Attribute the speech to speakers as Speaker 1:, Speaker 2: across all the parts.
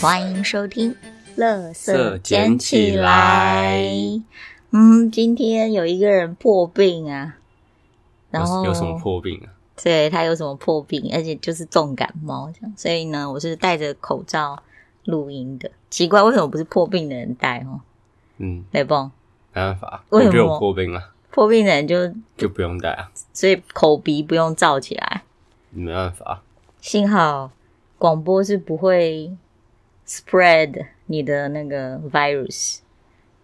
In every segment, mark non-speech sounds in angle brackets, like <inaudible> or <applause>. Speaker 1: 欢迎收听《乐色
Speaker 2: 色
Speaker 1: 捡
Speaker 2: 捡
Speaker 1: 起
Speaker 2: 起
Speaker 1: 来
Speaker 2: 来》。
Speaker 1: 嗯，今天有一个人破病啊，然后
Speaker 2: 有有什么破病啊？
Speaker 1: 对他有什么破病，而且就是重感冒这样。所以呢，我是戴着口罩录音的。奇怪，为什么不是破病的人戴哦？
Speaker 2: 嗯，
Speaker 1: 雷蹦，
Speaker 2: 没办法，啊
Speaker 1: 为
Speaker 2: 我
Speaker 1: 什么
Speaker 2: 觉得我破病了，
Speaker 1: 破病的人就
Speaker 2: 就不用戴啊，
Speaker 1: 所以口鼻不用罩起来。
Speaker 2: 没办法，啊
Speaker 1: 幸好广播是不会 spread 你的那个 virus，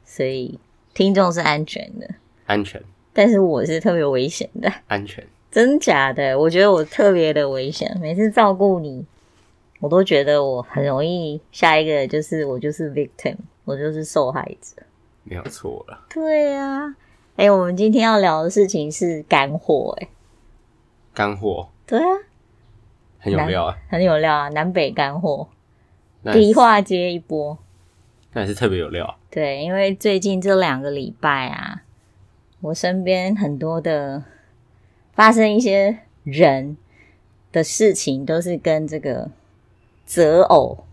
Speaker 1: 所以听众是安全的。
Speaker 2: 安全，
Speaker 1: 但是我是特别危险的， <laughs>
Speaker 2: 安全，
Speaker 1: 真假的？我觉得我特别的危险，每次照顾你，我都觉得我很容易下一个就是我就是 victim，我就是受害者。
Speaker 2: 没有错了。
Speaker 1: 对啊，哎、我们今天要聊的事情是干货、哎，
Speaker 2: 干货
Speaker 1: 对啊，
Speaker 2: 很有料啊，
Speaker 1: 很有料啊，南北干货，
Speaker 2: 那也
Speaker 1: 迪
Speaker 2: 是
Speaker 1: 化街一波。
Speaker 2: 那也是特别有料啊。
Speaker 1: 对，因为最近这两个礼拜啊，我身边很多的发生一些人的事情，都是跟这个择偶、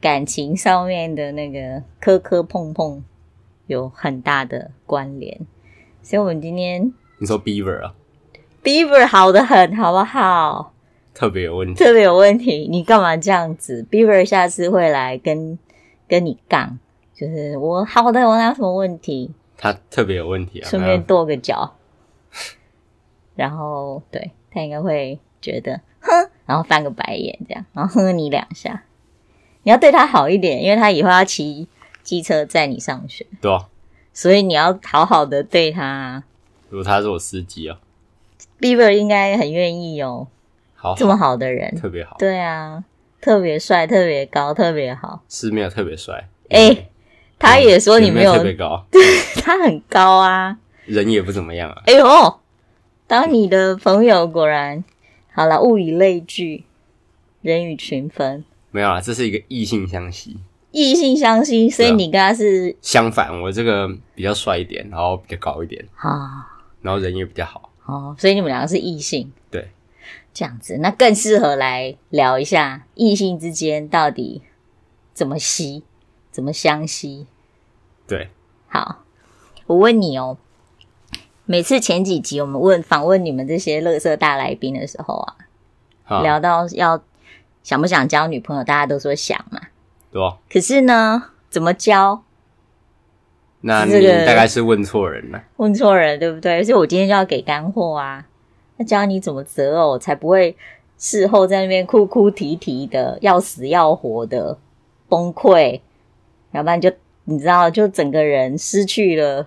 Speaker 1: 感情上面的那个磕磕碰碰有很大的关联。所以，我们今天
Speaker 2: 你说 Beaver 啊，
Speaker 1: Beaver 好的很，好不好？
Speaker 2: 特别有
Speaker 1: <laughs>
Speaker 2: 问题，
Speaker 1: 特别有问题，你干嘛这样子？Beaver 下次会来跟跟你杠，就是我好的，我哪有什么问题？
Speaker 2: 他特别有问题啊。
Speaker 1: 顺
Speaker 2: 没
Speaker 1: 便
Speaker 2: 有
Speaker 1: 跺个脚，然后对他应该会觉得哼，然后翻个白眼这样，然后哼你两下。你要对他好一点，因为他以后要骑机车载你上学，
Speaker 2: 对啊，
Speaker 1: 所以你要好好的对他啊。
Speaker 2: 如果他是我司机啊，
Speaker 1: Bieber 应该很愿意哦，
Speaker 2: 好，
Speaker 1: 这么好的人，
Speaker 2: 特别好，
Speaker 1: 对啊，特别帅，特别高，特别好。
Speaker 2: 是没有特别帅，嗯
Speaker 1: 哎，他也说你
Speaker 2: 也
Speaker 1: 没
Speaker 2: 没
Speaker 1: 有，
Speaker 2: 特别高，
Speaker 1: 他很高啊。
Speaker 2: 人也不怎么样啊。
Speaker 1: 哎呦，当你的朋友果然好了，物以类聚，人以群分，
Speaker 2: 没有啊，这是一个异性相吸。
Speaker 1: 异性相吸，所以
Speaker 2: 对啊
Speaker 1: 你跟他是
Speaker 2: 相反，我这个比较帅一点，然后比较高一点，
Speaker 1: 啊
Speaker 2: 然后人也比较好。
Speaker 1: 哦，所以你们两个是异性
Speaker 2: 对，
Speaker 1: 这样子，那更适合来聊一下异性之间到底怎么吸，怎么相吸。
Speaker 2: 对，
Speaker 1: 好，我问你哦，每次前几集我们问访问你们这些乐色大来宾的时候啊，
Speaker 2: 啊，
Speaker 1: 聊到要想不想交女朋友，大家都说想嘛。
Speaker 2: 对吧？
Speaker 1: 可是呢，怎么教？
Speaker 2: 那
Speaker 1: 这
Speaker 2: 你
Speaker 1: 个
Speaker 2: 大概是问错人了。
Speaker 1: 问错人，对不对？所以我今天就要给干货啊，要教你怎么择偶，才不会事后在那边哭哭啼啼的，要死要活的崩溃，要不然就你知道，就整个人失去了。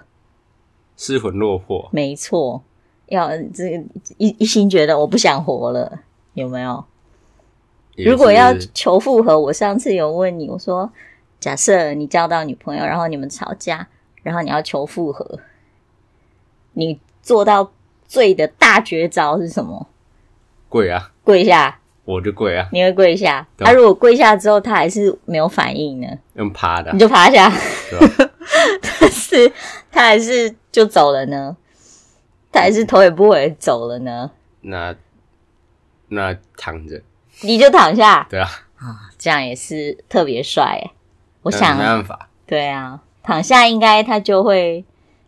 Speaker 2: 失魂落魄，
Speaker 1: 没错，要这个一一心觉得我不想活了，有没有？
Speaker 2: 也
Speaker 1: 如果
Speaker 2: 是
Speaker 1: 要求复合，我上次有问你，我说假设你交到女朋友，然后你们吵架，然后你要求复合，你做到最的大绝招是什么？
Speaker 2: 跪啊，
Speaker 1: 跪下，
Speaker 2: 我就跪啊，
Speaker 1: 你会跪下。
Speaker 2: 对
Speaker 1: 啊，如果跪下之后他还是没有反应呢，
Speaker 2: 用趴的啊
Speaker 1: 你，就趴下。
Speaker 2: 对啊吧？
Speaker 1: <laughs> 但是他还是就走了呢，他还是头也不回地走了呢，
Speaker 2: 那那躺着，
Speaker 1: 你就躺下，
Speaker 2: 对啊，
Speaker 1: 这样也是特别帅欸。我
Speaker 2: 我
Speaker 1: 想
Speaker 2: 没办法，
Speaker 1: 对啊，躺下应该他就会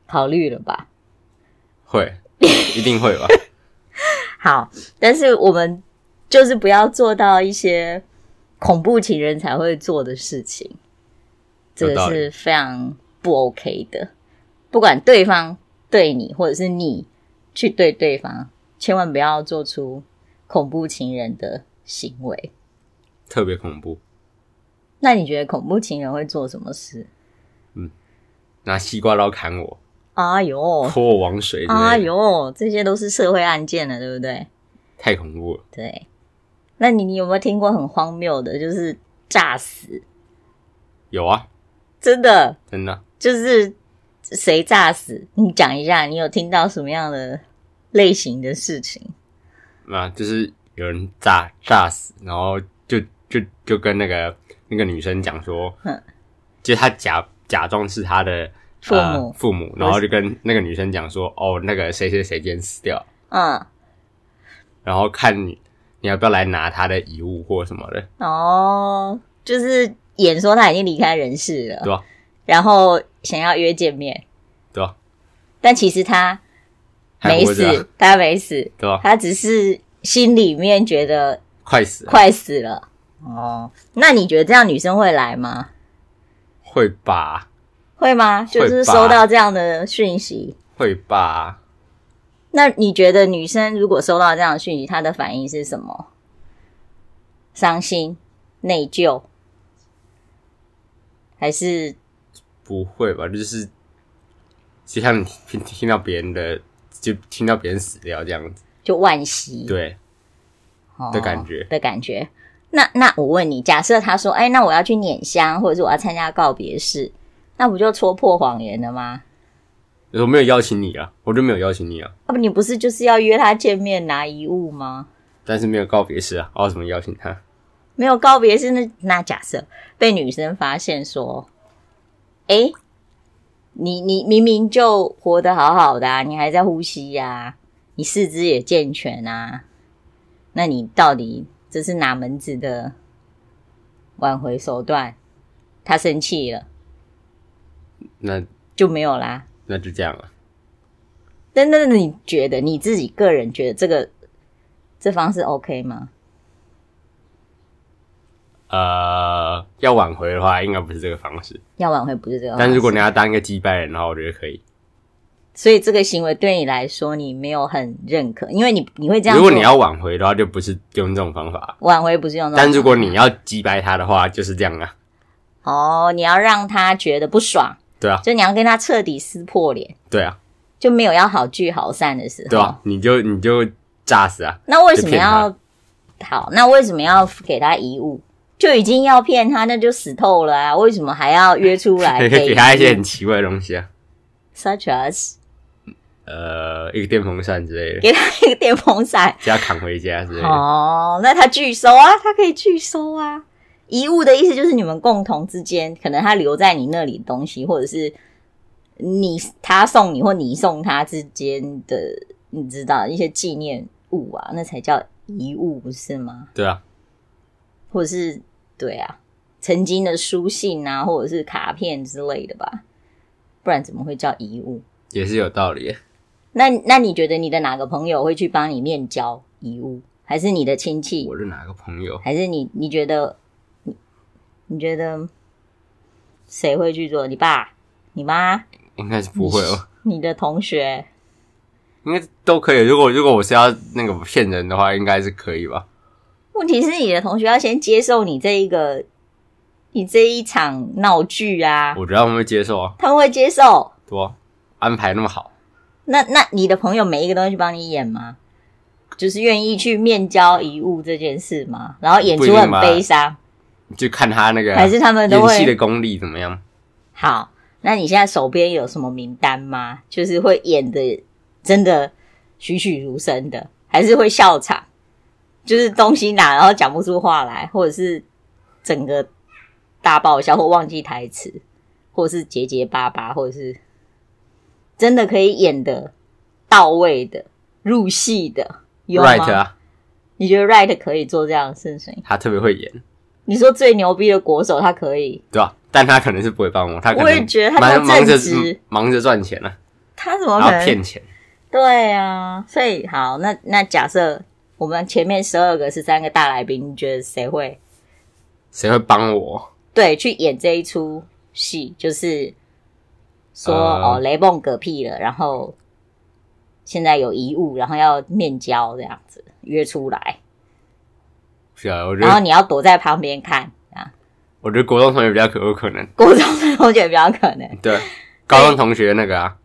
Speaker 1: 考虑了吧？ <laughs>
Speaker 2: 会一定会吧？
Speaker 1: 好，但是我们就是不要做到一些恐怖情人才会做的事情，这
Speaker 2: 有
Speaker 1: 个
Speaker 2: 道
Speaker 1: 是
Speaker 2: 理
Speaker 1: 非常不 OK 的。不管对方对你，或者是你去对对方，千万不要做出恐怖情人的行为。
Speaker 2: 特别恐怖，
Speaker 1: 那你觉得恐怖情人会做什么事？
Speaker 2: 拿西瓜刀砍我，
Speaker 1: 哎呦，
Speaker 2: 泼我王水之类的，
Speaker 1: 哎呦，这些都是社会案件了，对不对？
Speaker 2: 太恐怖了，
Speaker 1: 对，那你你有没有听过很荒谬的，就是诈死？
Speaker 2: 有啊，
Speaker 1: 真的
Speaker 2: 真的
Speaker 1: 就是谁诈死？你讲一下，你有听到什么样的类型的事情？
Speaker 2: 啊，就是有人炸炸死，然后就就就跟那个那个女生讲说
Speaker 1: 嗯，
Speaker 2: 就是他假假装是他的。
Speaker 1: 父
Speaker 2: 呃
Speaker 1: 母
Speaker 2: 父母，然后就跟那个女生讲说，哦，那个谁谁谁今天死掉，
Speaker 1: 嗯，
Speaker 2: 然后看你你要不要来拿他的遗物或什么的。
Speaker 1: 哦，就是演说他已经离开人世了，
Speaker 2: 对啊
Speaker 1: 然后想要约见面，
Speaker 2: 对吧、
Speaker 1: 但其实他
Speaker 2: 还
Speaker 1: 没
Speaker 2: 活着啊
Speaker 1: 死，他没死，
Speaker 2: 对吧、
Speaker 1: 他只是心里面觉得
Speaker 2: 快死了
Speaker 1: 快死了。哦，那你觉得这样女生会来吗？
Speaker 2: 会吧，
Speaker 1: 会吗？就是
Speaker 2: 会吧
Speaker 1: 收到这样的讯息，
Speaker 2: 会吧，
Speaker 1: 那你觉得女生如果收到这样的讯息，她的反应是什么？伤心、内疚，还是
Speaker 2: 不会吧，就是就像你听听到别人的，就听到别人死掉这样子，
Speaker 1: 就惋惜？
Speaker 2: 对，
Speaker 1: 哦
Speaker 2: 的感觉
Speaker 1: 的感觉。那那我问你，假设他说：“哎、那我要去碾香，或者是我要参加告别式，那不就戳破谎言了吗？
Speaker 2: 我没有邀请你啊，我就没有邀请你啊，
Speaker 1: 那不你不是就是要约他见面拿遗物吗？
Speaker 2: 但是没有告别式啊，我怎么邀请他？
Speaker 1: 没有告别式，那那假设被女生发现说：‘哎、你你明明就活得好好的、啊，你还在呼吸呀、你四肢也健全啊，那你到底这是哪门子的挽回手段？’他生气了。”
Speaker 2: 那
Speaker 1: 就没有啦。
Speaker 2: 那就这样啊了，
Speaker 1: 但那你觉得你自己个人觉得这个这方式 OK 吗？
Speaker 2: 呃，要挽回的话，应该不是这个方式，
Speaker 1: 要挽回不是这个，
Speaker 2: 但如果你要当一个击败人的话，我觉得可以。
Speaker 1: 所以这个行为对你来说你没有很认可，因为你你会这样啊
Speaker 2: 如
Speaker 1: 做。
Speaker 2: 果你要挽回的话，就不是用这种方法，
Speaker 1: 挽回不是用这种
Speaker 2: 但如果你要击败他的话，就是这样啊，
Speaker 1: 哦，你要让他觉得不爽，
Speaker 2: 对啊，
Speaker 1: 就你要跟他彻底撕破脸，
Speaker 2: 对啊，
Speaker 1: 就没有要好聚好散的时候。
Speaker 2: 对啊，你就你就炸死啊，
Speaker 1: 那为什么
Speaker 2: 就
Speaker 1: 要好？那为什么要给他遗物？就已经要骗他，那就死透了啊！为什么还要约出来
Speaker 2: 可以
Speaker 1: 给
Speaker 2: <laughs> 给他一些
Speaker 1: 遗
Speaker 2: 很
Speaker 1: 物
Speaker 2: 奇怪的东西啊，
Speaker 1: such as
Speaker 2: 呃，一个电风扇之类的，
Speaker 1: 给他一个电风扇。
Speaker 2: 就要扛回家之类的，
Speaker 1: 哦，那他拒收啊，他可以拒收啊。遗物的意思就是你们共同之间，可能他留在你那里的东西，或者是你他送你或你送他之间的，你知道一些纪念物啊，那才叫遗物，不是吗？
Speaker 2: 对啊，
Speaker 1: 或者是对啊，曾经的书信啊，或者是卡片之类的吧，不然怎么会叫遗物？
Speaker 2: 也是有道理的，
Speaker 1: 那那你觉得你的哪个朋友会去帮你面交遗物，还是你的亲戚，
Speaker 2: 我是哪个朋友？
Speaker 1: 还是你你觉得你你觉得谁会去做？你爸、你妈、
Speaker 2: 应该是不会哦，
Speaker 1: 你的同学？
Speaker 2: 应该都可以。如果如果我是要那个骗人的话，应该是可以吧？
Speaker 1: 问题是你的同学要先接受你这一个你这一场闹剧啊，
Speaker 2: 我觉得他们会接受啊，
Speaker 1: 他们会接受。
Speaker 2: 对啊，安排那么好，
Speaker 1: 那那你的朋友每一个都会去帮你演吗？就是愿意去面交遗物这件事吗？然后演
Speaker 2: 不一
Speaker 1: 出
Speaker 2: 定
Speaker 1: 很
Speaker 2: 吧
Speaker 1: 悲伤，
Speaker 2: 就看他那个
Speaker 1: 还是他们都
Speaker 2: 演
Speaker 1: 会
Speaker 2: 戏的功力怎么样。
Speaker 1: 好，那你现在手边有什么名单吗？就是会演的真的栩栩如生的，还是会笑场？就是东西拿然后讲不出话来，或者是整个大爆笑，或忘记台词，或者是结结巴巴，或者是真的可以演的到位的、入戏的，有吗
Speaker 2: Right 啊，
Speaker 1: 你觉得 Right 可以做这样的事情？
Speaker 2: 他特别会演，
Speaker 1: 你说最牛逼的国手，他可以，
Speaker 2: 对吧、但他可能是不会帮我，他可能
Speaker 1: 我也觉得他
Speaker 2: 忙
Speaker 1: 太
Speaker 2: 忙着嗯
Speaker 1: 正直
Speaker 2: 忙着赚钱了、啊，
Speaker 1: 他怎么
Speaker 2: 然
Speaker 1: 可
Speaker 2: 后
Speaker 1: 能
Speaker 2: 骗钱。
Speaker 1: 对啊，所以好，那那假设我们前面十二个是三个大来宾，你觉得谁会
Speaker 2: 谁会帮我？
Speaker 1: 对去演这一出戏？就是说、
Speaker 2: 呃
Speaker 1: 哦，雷梦嗝屁了，然后现在有遗物，然后要面交这样子约出来，
Speaker 2: 是啊，我觉
Speaker 1: 然后
Speaker 2: 得
Speaker 1: 你要躲在旁边看 <laughs> 啊。
Speaker 2: 我觉得国中同学比较可有可能，
Speaker 1: 国中的同学比较可能，
Speaker 2: 对，高中同学那个啊，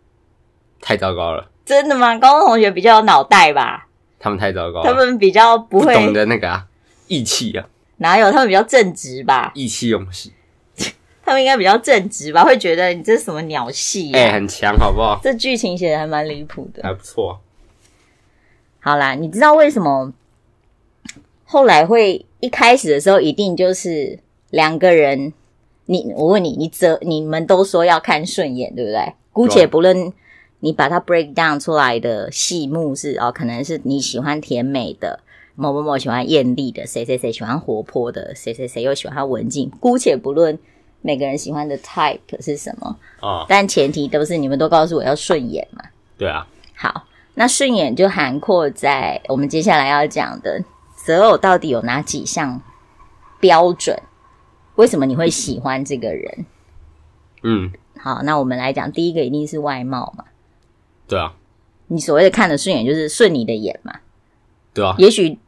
Speaker 2: 太糟糕了，
Speaker 1: 真的吗？ <laughs> 高中同学比较有脑袋吧，
Speaker 2: 他们太糟糕了，
Speaker 1: 他们比较不
Speaker 2: 不
Speaker 1: 会，
Speaker 2: 哦懂得那个啊义气啊，
Speaker 1: 哪有他们比较正直吧？
Speaker 2: 意气用事，
Speaker 1: 他们应该比较正直吧，会觉得你这是什么鸟戏、啊？
Speaker 2: 哎、很强，好不好？
Speaker 1: 这剧情写的还蛮离谱的。
Speaker 2: 还不错，啊
Speaker 1: 好啦，你知道为什么后来会一开始的时候一定就是两个人？你我问你，你择你们都说要看顺眼，对不对？姑且不论你把它 break down 出来的戏目是哦，可能是你喜欢甜美的，某某某喜欢艳丽的，谁谁谁喜欢活泼的，谁谁谁又喜欢文静。姑且不论每个人喜欢的 type 是什么，
Speaker 2: 啊、
Speaker 1: 但前提都是你们都告诉我要顺眼嘛。
Speaker 2: 对啊，
Speaker 1: 好，那顺眼就涵括在我们接下来要讲的择偶到底有哪几项标准？为什么你会喜欢这个人？
Speaker 2: 嗯，
Speaker 1: 好，那我们来讲，第一个一定是外貌嘛。
Speaker 2: 对啊，
Speaker 1: 你所谓的看得顺眼，就是顺你的眼嘛。
Speaker 2: 对啊，
Speaker 1: 也许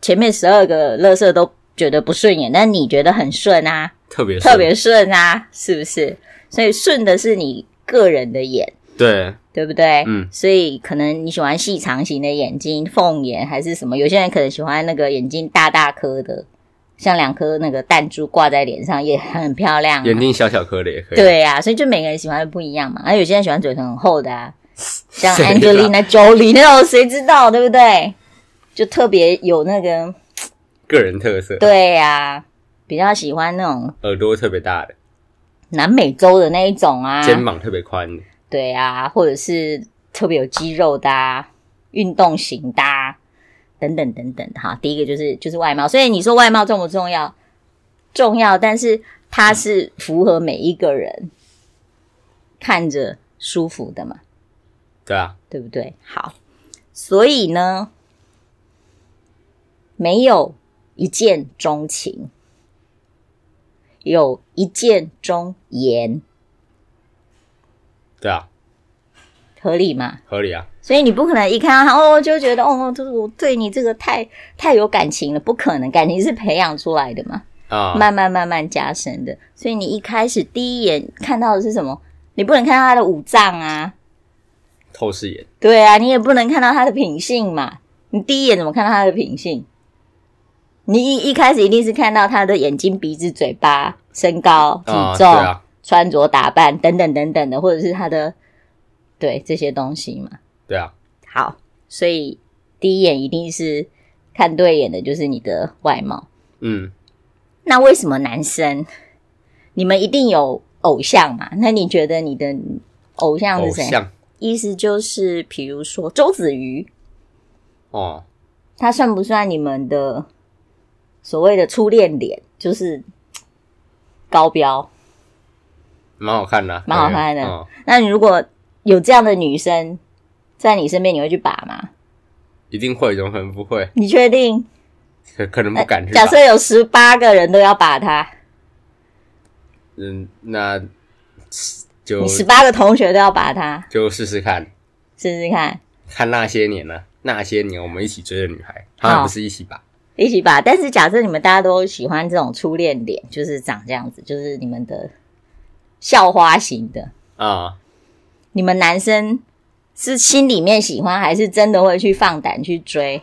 Speaker 1: 前面十二个乐色都觉得不顺眼，但你觉得很顺啊，
Speaker 2: 特别
Speaker 1: 特别顺啊，是不是？所以顺的是你个人的眼。
Speaker 2: 对，
Speaker 1: 对不对？
Speaker 2: 嗯
Speaker 1: 所以可能你喜欢细长型的眼睛，凤眼还是什么？有些人可能喜欢那个眼睛大大颗的，像两颗那个弹珠挂在脸上，也很漂亮、啊。
Speaker 2: 眼睛小小颗的也可以。
Speaker 1: 对呀、所以就每个人喜欢的不一样嘛。而啊有些人喜欢嘴唇很厚的啊，
Speaker 2: <laughs>
Speaker 1: 像
Speaker 2: 谁啦
Speaker 1: Angelina Jolie 那种，谁知道对不对？就特别有那个，
Speaker 2: 个人特色，
Speaker 1: 对呀、比较喜欢那种
Speaker 2: 耳朵特别大的，
Speaker 1: 南美洲的那一种啊，
Speaker 2: 肩膀特别宽的，
Speaker 1: 对啊，或者是特别有肌肉的、啊、运动型的、啊、等等等等的哈。第一个就是就是外貌，所以你说外貌重不重要？重要，但是它是符合每一个人看着舒服的嘛，
Speaker 2: 对啊，
Speaker 1: 对不对？好，所以呢，没有一见钟情，有一见钟言，
Speaker 2: 对啊，
Speaker 1: 合理吗？
Speaker 2: 合理啊，
Speaker 1: 所以你不可能一看到他哦就觉得哦，就是我对你这个太太有感情了，不可能，感情是培养出来的嘛，
Speaker 2: 啊、
Speaker 1: 慢慢慢慢加深的。所以你一开始第一眼看到的是什么？你不能看到他的五脏啊，
Speaker 2: 透视眼，
Speaker 1: 对啊，你也不能看到他的品性嘛。你第一眼怎么看到他的品性？你一一开始一定是看到他的眼睛、鼻子、嘴巴、身高、体
Speaker 2: 啊、对
Speaker 1: 重、
Speaker 2: 啊，
Speaker 1: 穿着打扮等等等等的，或者是他的对这些东西嘛。
Speaker 2: 对啊，
Speaker 1: 好，所以第一眼一定是看对眼的，就是你的外貌。
Speaker 2: 嗯，
Speaker 1: 那为什么男生你们一定有偶像嘛？那你觉得你的偶像
Speaker 2: 偶
Speaker 1: 是谁？
Speaker 2: 像
Speaker 1: 意思就是，比如说周子瑜，
Speaker 2: 哦，
Speaker 1: 他算不算你们的所谓的初恋脸？就是嘖高标。
Speaker 2: 蛮好看的啊，
Speaker 1: 蛮好看的
Speaker 2: 嗯
Speaker 1: 那你如果有这样的女生在你身边，你会去把吗？
Speaker 2: 一定会，怎么可能不会？
Speaker 1: 你确定？
Speaker 2: 可可能不敢去吧。
Speaker 1: 呃假设有十八个人都要把她。
Speaker 2: 嗯，那就
Speaker 1: 你十八个同学都要把它
Speaker 2: 就试试看，
Speaker 1: 试试看，
Speaker 2: 看那些年呢、那些年我们一起追的女孩，她们
Speaker 1: 好
Speaker 2: 不是一起吧？
Speaker 1: 一起把。但是假设你们大家都喜欢这种初恋脸，就是长这样子，就是你们的校花型的，
Speaker 2: 啊、
Speaker 1: 你们男生是心里面喜欢，还是真的会去放胆去追？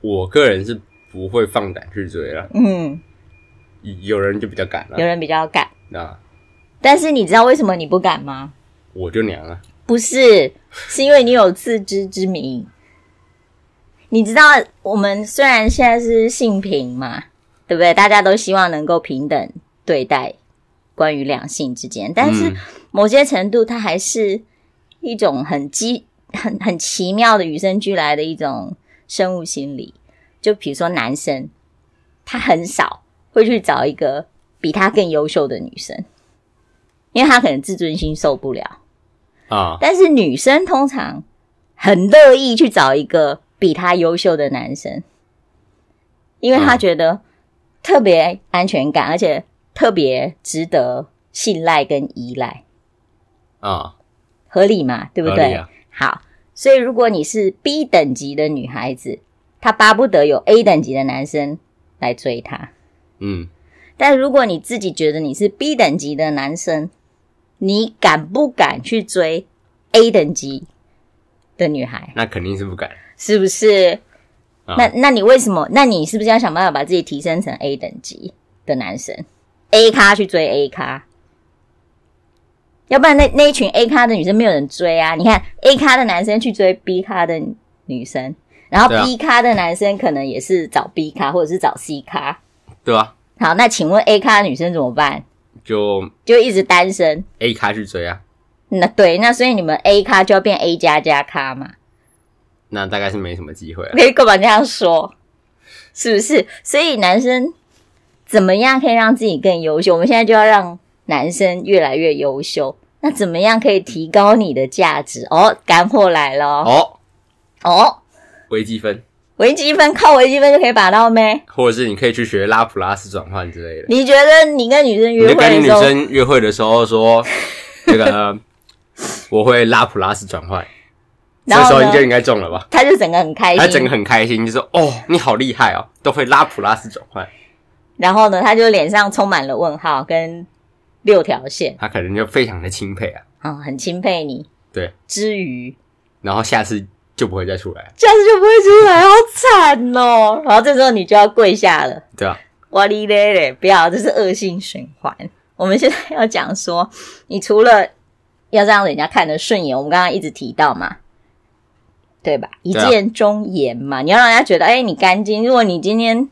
Speaker 2: 我个人是不会放胆去追了，
Speaker 1: 嗯，
Speaker 2: 有人就比较敢
Speaker 1: 有
Speaker 2: 了。
Speaker 1: 人比较敢，
Speaker 2: 那
Speaker 1: 但是你知道为什么你不敢吗？
Speaker 2: 我就娘啊，
Speaker 1: 不是，是因为你有自知之明。你知道，我们虽然现在是性平嘛，对不对？大家都希望能够平等对待关于两性之间，但是
Speaker 2: 嗯
Speaker 1: 某些程度，它还是一种很基、很很奇妙的与生俱来的一种生物心理。就比如说，男生他很少会去找一个比他更优秀的女生，因为他可能自尊心受不了。
Speaker 2: 啊、
Speaker 1: 但是女生通常很乐意去找一个比她优秀的男生，因为她
Speaker 2: 嗯
Speaker 1: 觉得特别安全感，而且特别值得信赖跟依赖，
Speaker 2: 啊、
Speaker 1: 合理嘛？对不
Speaker 2: 合
Speaker 1: 对？
Speaker 2: 理啊
Speaker 1: 好，所以如果你是 B 等级的女孩子，她巴不得有 A 等级的男生来追她。
Speaker 2: 嗯，
Speaker 1: 但如果你自己觉得你是 B 等级的男生，你敢不敢去追 A 等级的女孩？
Speaker 2: 那肯定是不敢。
Speaker 1: 是不是？
Speaker 2: 啊、
Speaker 1: 那那你为什么？那你是不是要想办法把自己提升成 A 等级的男生？A 咖去追 A 咖，要不然那那一群 A 咖的女生没有人追啊！你看 A 咖的男生去追 B 咖的女生，然后
Speaker 2: 对啊
Speaker 1: B 咖的男生可能也是找 B 咖或者是找 C 咖。
Speaker 2: 对啊，
Speaker 1: 好，那请问 A 咖的女生怎么办？
Speaker 2: 就
Speaker 1: 就一直单身？
Speaker 2: A 咖去追啊，
Speaker 1: 那对，那所以你们 A 咖就要变 A 加加咖嘛？
Speaker 2: 那大概是没什么机会了。
Speaker 1: <laughs> 可以干嘛这样说？是不是？所以男生怎么样可以让自己更优秀？我们现在就要让男生越来越优秀。那怎么样可以提高你的价值？哦，干货来了哦！
Speaker 2: 哦，
Speaker 1: 哦
Speaker 2: 微积分，
Speaker 1: 微积分靠微积分就可以把到妹？
Speaker 2: 或者是你可以去学拉普拉斯转换之类的。
Speaker 1: 你觉得你跟女生
Speaker 2: 你
Speaker 1: 约
Speaker 2: 就跟
Speaker 1: 会的
Speaker 2: 你女
Speaker 1: 时候，
Speaker 2: 生约会的时
Speaker 1: <laughs>
Speaker 2: 候说，这个呃我会拉普拉斯转换，这
Speaker 1: 然
Speaker 2: 时
Speaker 1: 后
Speaker 2: 候
Speaker 1: 呢
Speaker 2: 你就应该中了吧？
Speaker 1: 她就整个很开
Speaker 2: 他整
Speaker 1: 心
Speaker 2: 个，很开心，就说：“哦，你好厉害哦，都会拉普拉斯转换。
Speaker 1: 然后呢，她就脸上充满了问号跟六条线”，
Speaker 2: 他可能就非常的钦佩啊，
Speaker 1: 啊、很钦佩你。
Speaker 2: 对，
Speaker 1: 之余，
Speaker 2: 然后下次就不会再出来了，
Speaker 1: 这样子就不会出来，好惨哦。然后这时候你就要跪下了。
Speaker 2: 对吧、
Speaker 1: 哇哩嘞嘞，不要，这是恶性循环。我们现在要讲说，你除了要让人家看得顺眼，我们刚刚一直提到嘛，对吧？一
Speaker 2: 对啊
Speaker 1: 见钟颜嘛，你要让人家觉得，哎、你干净。如果你今天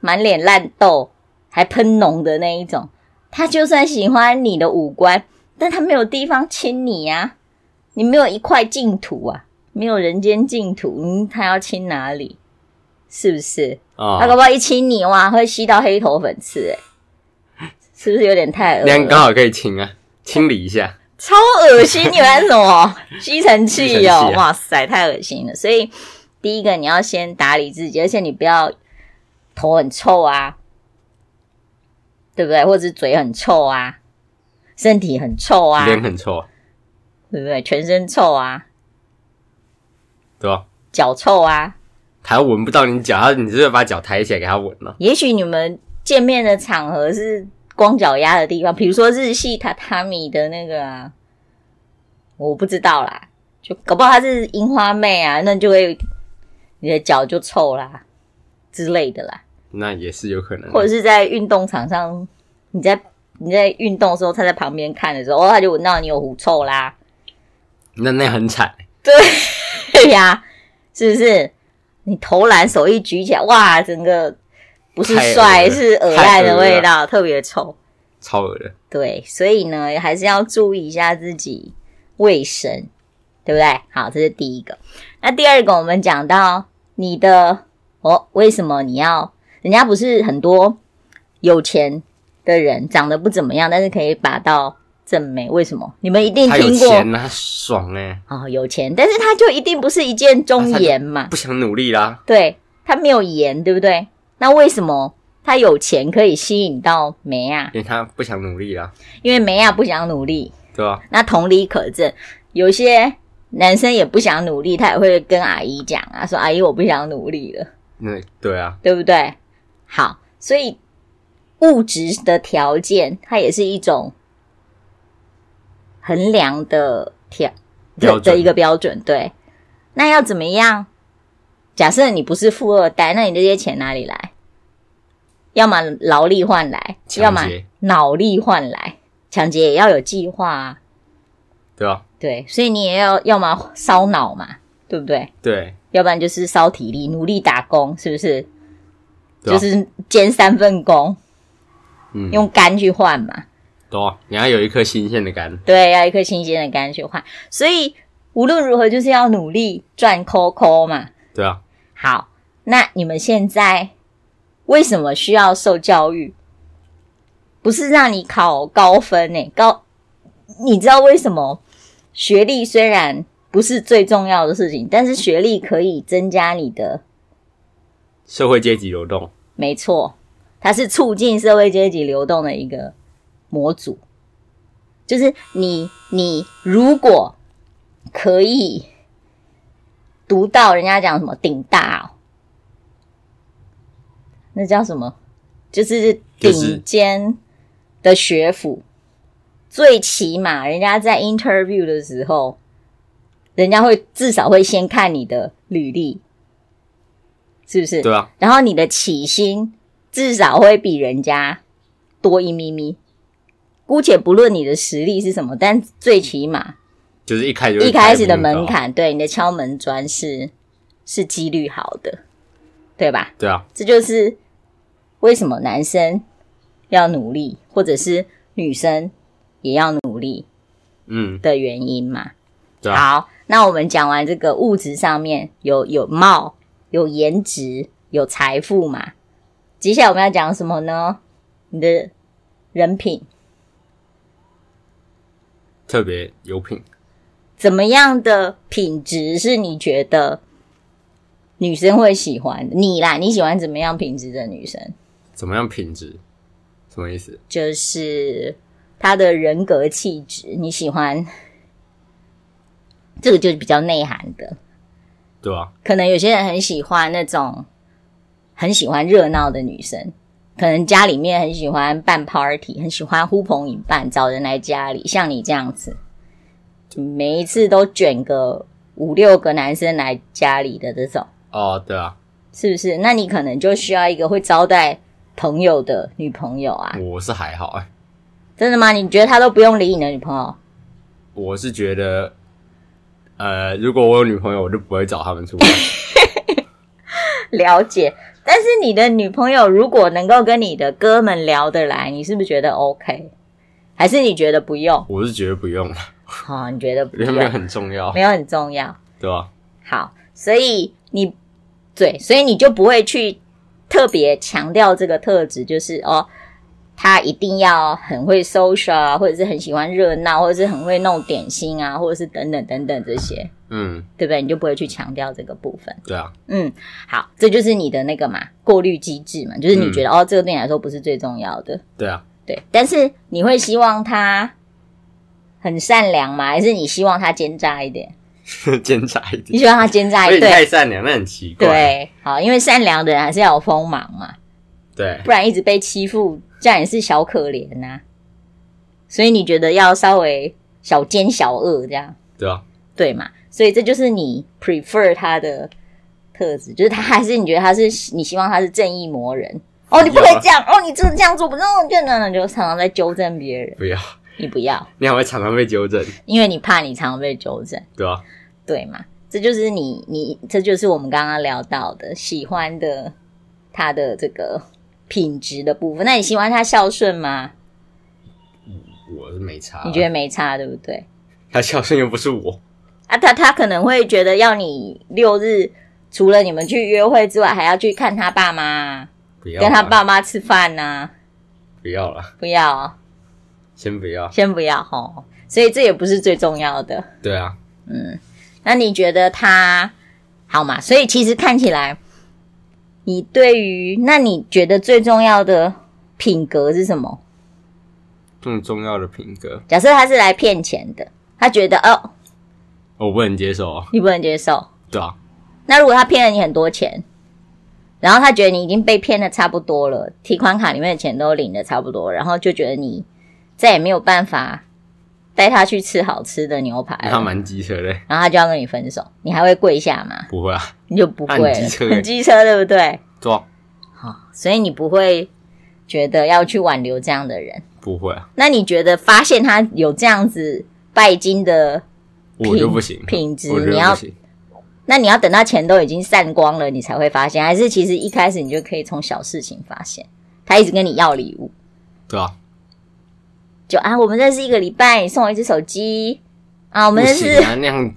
Speaker 1: 满脸烂痘，还喷脓的那一种，他就算喜欢你的五官，但他没有地方亲你呀、你没有一块净土啊，没有人间净土，嗯，他要亲哪里？是不是？
Speaker 2: 啊？
Speaker 1: 他搞不好一亲你哇，会吸到黑头粉刺、欸，是不是有点太恶
Speaker 2: 那样
Speaker 1: 了？
Speaker 2: 刚好可以清啊，清理一下。
Speaker 1: 超恶心！你玩什
Speaker 2: <laughs>
Speaker 1: 么吸尘器
Speaker 2: 吸
Speaker 1: 哦
Speaker 2: 尘？器啊
Speaker 1: 哇塞，太恶心了！所以第一个你要先打理自己，而且你不要头很臭啊，对不对？或者是嘴很臭啊，身体很臭啊，
Speaker 2: 脸很臭，
Speaker 1: 对不对？全身臭啊，
Speaker 2: 对吧？
Speaker 1: 脚臭啊。
Speaker 2: 他闻不到你脚，他你就是把脚抬起来给他闻啊了。
Speaker 1: 也许你们见面的场合是光脚丫的地方，比如说日系榻榻米的那个啊，我不知道啦，就搞不好她是樱花妹啊，那就会你的脚就臭啦之类的啦，
Speaker 2: 那也是有可能的，
Speaker 1: 或者是在运动场上，你在你在运动的时候，她在旁边看的时候，哦，她就闻到你有狐臭啦， <laughs>
Speaker 2: 那那很惨，
Speaker 1: 对呀、是不是？你投篮手一举起来，哇，整个不是
Speaker 2: 太恶
Speaker 1: 帅
Speaker 2: 了
Speaker 1: 是恶
Speaker 2: 太
Speaker 1: 烂的
Speaker 2: 恶
Speaker 1: 味
Speaker 2: 了
Speaker 1: 道，特别臭。
Speaker 2: 超恶的。
Speaker 1: 对，所以呢，还是要注意一下自己卫生，对不对？好，这是第一个。那第二个，我们讲到你的哦，为什么你要？人家不是很多有钱的人长得不怎么样，但是可以把到正美，为什么？你们一定
Speaker 2: 他有
Speaker 1: 听过
Speaker 2: 钱啊，他爽哎、
Speaker 1: 哦，有钱，但是他就一定不是一见
Speaker 2: 啊
Speaker 1: 钟颜嘛，
Speaker 2: 不想努力啦，
Speaker 1: 对他没有颜，对不对？那为什么他有钱可以吸引到梅亚？
Speaker 2: 因为他不想努力啦，
Speaker 1: 因为梅亚不想努力。
Speaker 2: 对吧、
Speaker 1: 那同理可证，有些男生也不想努力，他也会跟阿姨讲啊，说阿姨我不想努力了，
Speaker 2: 那对啊，
Speaker 1: 对不对？好，所以物质的条件它也是一种衡量的条
Speaker 2: 标
Speaker 1: 的
Speaker 2: 准
Speaker 1: 的一个标准，对。那要怎么样？假设你不是富二代，那你这些钱哪里来？要么劳力换来，
Speaker 2: 抢劫
Speaker 1: 要么脑力换来。抢劫也要有计划啊，
Speaker 2: 对吧、
Speaker 1: 对，所以你也要要么烧脑嘛，对不对？
Speaker 2: 对，
Speaker 1: 要不然就是烧体力，努力打工，是不是？
Speaker 2: 对
Speaker 1: 就
Speaker 2: 啊
Speaker 1: 是兼三份工，
Speaker 2: 嗯，
Speaker 1: 用肝去换嘛。
Speaker 2: 对啊，你要有一颗新鲜的肝，
Speaker 1: 对，要一颗新鲜的肝去换。所以无论如何，就是要努力赚抠抠嘛。
Speaker 2: 对啊，
Speaker 1: 好，那你们现在为什么需要受教育？不是让你考高分呢、高，你知道为什么？学历虽然不是最重要的事情，但是学历可以增加你的，
Speaker 2: 社会阶级流动，
Speaker 1: 没错，它是促进社会阶级流动的一个模组。就是你，你如果可以读到人家讲什么顶大、哦，那叫什么？就是
Speaker 2: 就是
Speaker 1: 顶尖的学府，最起码人家在 interview 的时候，人家会至少会先看你的履历，是不是？
Speaker 2: 对啊，
Speaker 1: 然后你的起薪至少会比人家多一咪咪。姑且不论你的实力是什么，但最起码
Speaker 2: 就是一开始就
Speaker 1: 一开始的
Speaker 2: 开不了
Speaker 1: 门，槛，对你的敲门砖是是几率好的，对吧？
Speaker 2: 对啊，
Speaker 1: 这就是为什么男生要努力，或者是女生也要努力
Speaker 2: 嗯，
Speaker 1: 的原因嘛。
Speaker 2: 对啊，
Speaker 1: 好，那我们讲完这个物质上面有有貌、有颜值、有财富嘛，接下来我们要讲什么呢？你的人品
Speaker 2: 特别有品，
Speaker 1: 怎么样的品质是你觉得女生会喜欢的你啦？你喜欢怎么样品质的女生？
Speaker 2: 怎么样品质？什么意思？
Speaker 1: 就是她的人格气质，你喜欢这个就是比较内涵的。
Speaker 2: 对啊，
Speaker 1: 可能有些人很喜欢那种很喜欢热闹的女生，可能家里面很喜欢办 party，很喜欢呼朋引伴，找人来家里，像你这样子，每一次都卷个五六个男生来家里的这种，
Speaker 2: 哦，对啊，
Speaker 1: 是不是？那你可能就需要一个会招待朋友的女朋友啊！
Speaker 2: 我是还好哎、
Speaker 1: 真的吗？你觉得他都不用理你的女朋友？
Speaker 2: 我是觉得，呃，如果我有女朋友，我就不会找他们出
Speaker 1: <laughs>
Speaker 2: 来。
Speaker 1: 了解。但是你的女朋友如果能够跟你的哥们聊得来，你是不是觉得 OK？还是你觉得不用？
Speaker 2: 我是觉得不用了，
Speaker 1: 好、你觉得不
Speaker 2: 因为
Speaker 1: 用
Speaker 2: 没有很重要
Speaker 1: 没，有很重要。
Speaker 2: 对吧、
Speaker 1: 好，所以你对，所以你就不会去特别强调这个特质，就是哦，他一定要很会 social 啊，或者是很喜欢热闹，或者是很会弄点心啊，或者是等等等等这些，
Speaker 2: 嗯，
Speaker 1: 对不对？你就不会去强调这个部分。
Speaker 2: 对啊，
Speaker 1: 嗯，好，这就是你的那个嘛过滤机制嘛，就是
Speaker 2: 嗯
Speaker 1: 你觉得、哦，这个对你来说不是最重要的，
Speaker 2: 对啊， <laughs>
Speaker 1: 对。但是你会希望他很善良吗？还是你希望他奸诈一点？
Speaker 2: 奸诈一
Speaker 1: 你
Speaker 2: 点。
Speaker 1: 希望他奸诈
Speaker 2: 所
Speaker 1: 一
Speaker 2: 以你
Speaker 1: 点？
Speaker 2: 太善良，那很奇
Speaker 1: 哎对
Speaker 2: 怪。
Speaker 1: 对，好，因为善良的人还是要有锋芒嘛，
Speaker 2: 对
Speaker 1: 不然一直被欺负，这样也是小可怜呐、啊所以你觉得要稍微小奸小恶这样，
Speaker 2: 对啊，
Speaker 1: 对嘛？所以这就是你 prefer 他的特质，就是他还是你觉得他是你希望他是正义魔人哦，你不可以这样哦，你这个这样做不那就那那就常常在纠正别人，
Speaker 2: 不要，
Speaker 1: 你不要，
Speaker 2: 你还会常常被纠正，
Speaker 1: 因为你怕你常被纠正，
Speaker 2: 对吧、啊？
Speaker 1: 对嘛？这就是你你这就是我们刚刚聊到的喜欢的他的这个品质的部分。那你喜欢他孝顺吗？
Speaker 2: 我是没差。啊
Speaker 1: 你觉得没差，对不对？
Speaker 2: 他孝顺又不是我？
Speaker 1: 啊，他他可能会觉得要你六日除了你们去约会之外，还要去看他爸妈啊，
Speaker 2: 不要啊
Speaker 1: 跟他爸妈吃饭呐、
Speaker 2: 不要了，
Speaker 1: 不要
Speaker 2: <laughs>
Speaker 1: 啊，
Speaker 2: 先不要。
Speaker 1: 先不要吼。所以这也不是最重要的。
Speaker 2: 对啊，
Speaker 1: 那你觉得他好嘛？所以其实看起来，你对于那你觉得最重要的品格是什么？
Speaker 2: 更重要的品格，
Speaker 1: 假设他是来骗钱的，他觉得哦，
Speaker 2: 我不能接受啊。
Speaker 1: 你不能接受，
Speaker 2: 对啊，
Speaker 1: 那如果他骗了你很多钱，然后他觉得你已经被骗的差不多了，提款卡里面的钱都领的差不多，然后就觉得你再也没有办法带他去吃好吃的牛排
Speaker 2: 那他
Speaker 1: 了，
Speaker 2: 蛮机车的，
Speaker 1: 然后他就要跟你分手，你还会跪下吗？
Speaker 2: 不会啊。
Speaker 1: 你就不会
Speaker 2: 那
Speaker 1: 了，
Speaker 2: 很机车欸
Speaker 1: 很机车，对不对？
Speaker 2: 对啊，
Speaker 1: 所以你不会觉得要去挽留这样的人。
Speaker 2: 不会啊，
Speaker 1: 那你觉得发现他有这样子拜金的，
Speaker 2: 我就不行，
Speaker 1: 品质
Speaker 2: 我觉
Speaker 1: 你要
Speaker 2: 得不行。
Speaker 1: 那你要等到钱都已经散光了，你才会发现，还是其实一开始你就可以从小事情发现？他一直跟你要礼物，
Speaker 2: 对啊，
Speaker 1: 就啊，我们认识一个礼拜，你送我一只手机啊，我
Speaker 2: 我
Speaker 1: 们认识、
Speaker 2: 啊，那样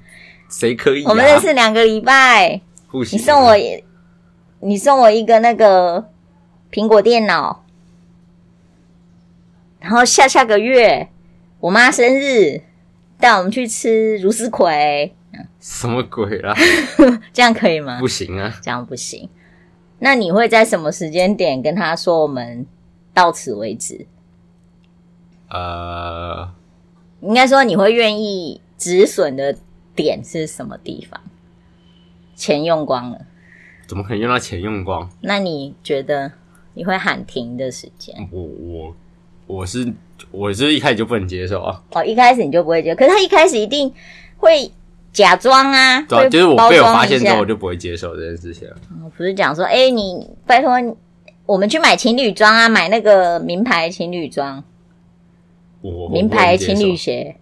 Speaker 2: 谁可以啊？
Speaker 1: 我们认识两个礼拜，
Speaker 2: 不行
Speaker 1: 你
Speaker 2: 啊，
Speaker 1: 送我你送我一个那个苹果电脑，然后下下个月我妈生日，带我们去吃如斯葵，
Speaker 2: 什么鬼啦？
Speaker 1: 这样可以吗
Speaker 2: <laughs> 不？行啊，
Speaker 1: 这样不行。那你会在什么时间点跟他说我们到此为止？
Speaker 2: 呃，
Speaker 1: 应该说你会愿意止损的点是什么地方？钱用光了，
Speaker 2: 怎么可能用到钱用光？
Speaker 1: 那你觉得你会喊停的时间？
Speaker 2: 我我我是我是一开始就不能接受啊，
Speaker 1: 哦，一开始你就不会觉得，可是他一开始一定会假装啊，
Speaker 2: 对啊，
Speaker 1: 会
Speaker 2: 就是我
Speaker 1: 包
Speaker 2: 被我
Speaker 1: 装
Speaker 2: 发
Speaker 1: 一
Speaker 2: 现之
Speaker 1: 下
Speaker 2: 后，我就不会接受这件事情啊了。
Speaker 1: 我不是讲说，哎、你拜托你我们去买情侣装啊，买那个名牌情侣装、
Speaker 2: 我我
Speaker 1: 名
Speaker 2: 不能
Speaker 1: 牌
Speaker 2: 接
Speaker 1: 情侣
Speaker 2: 受
Speaker 1: 鞋，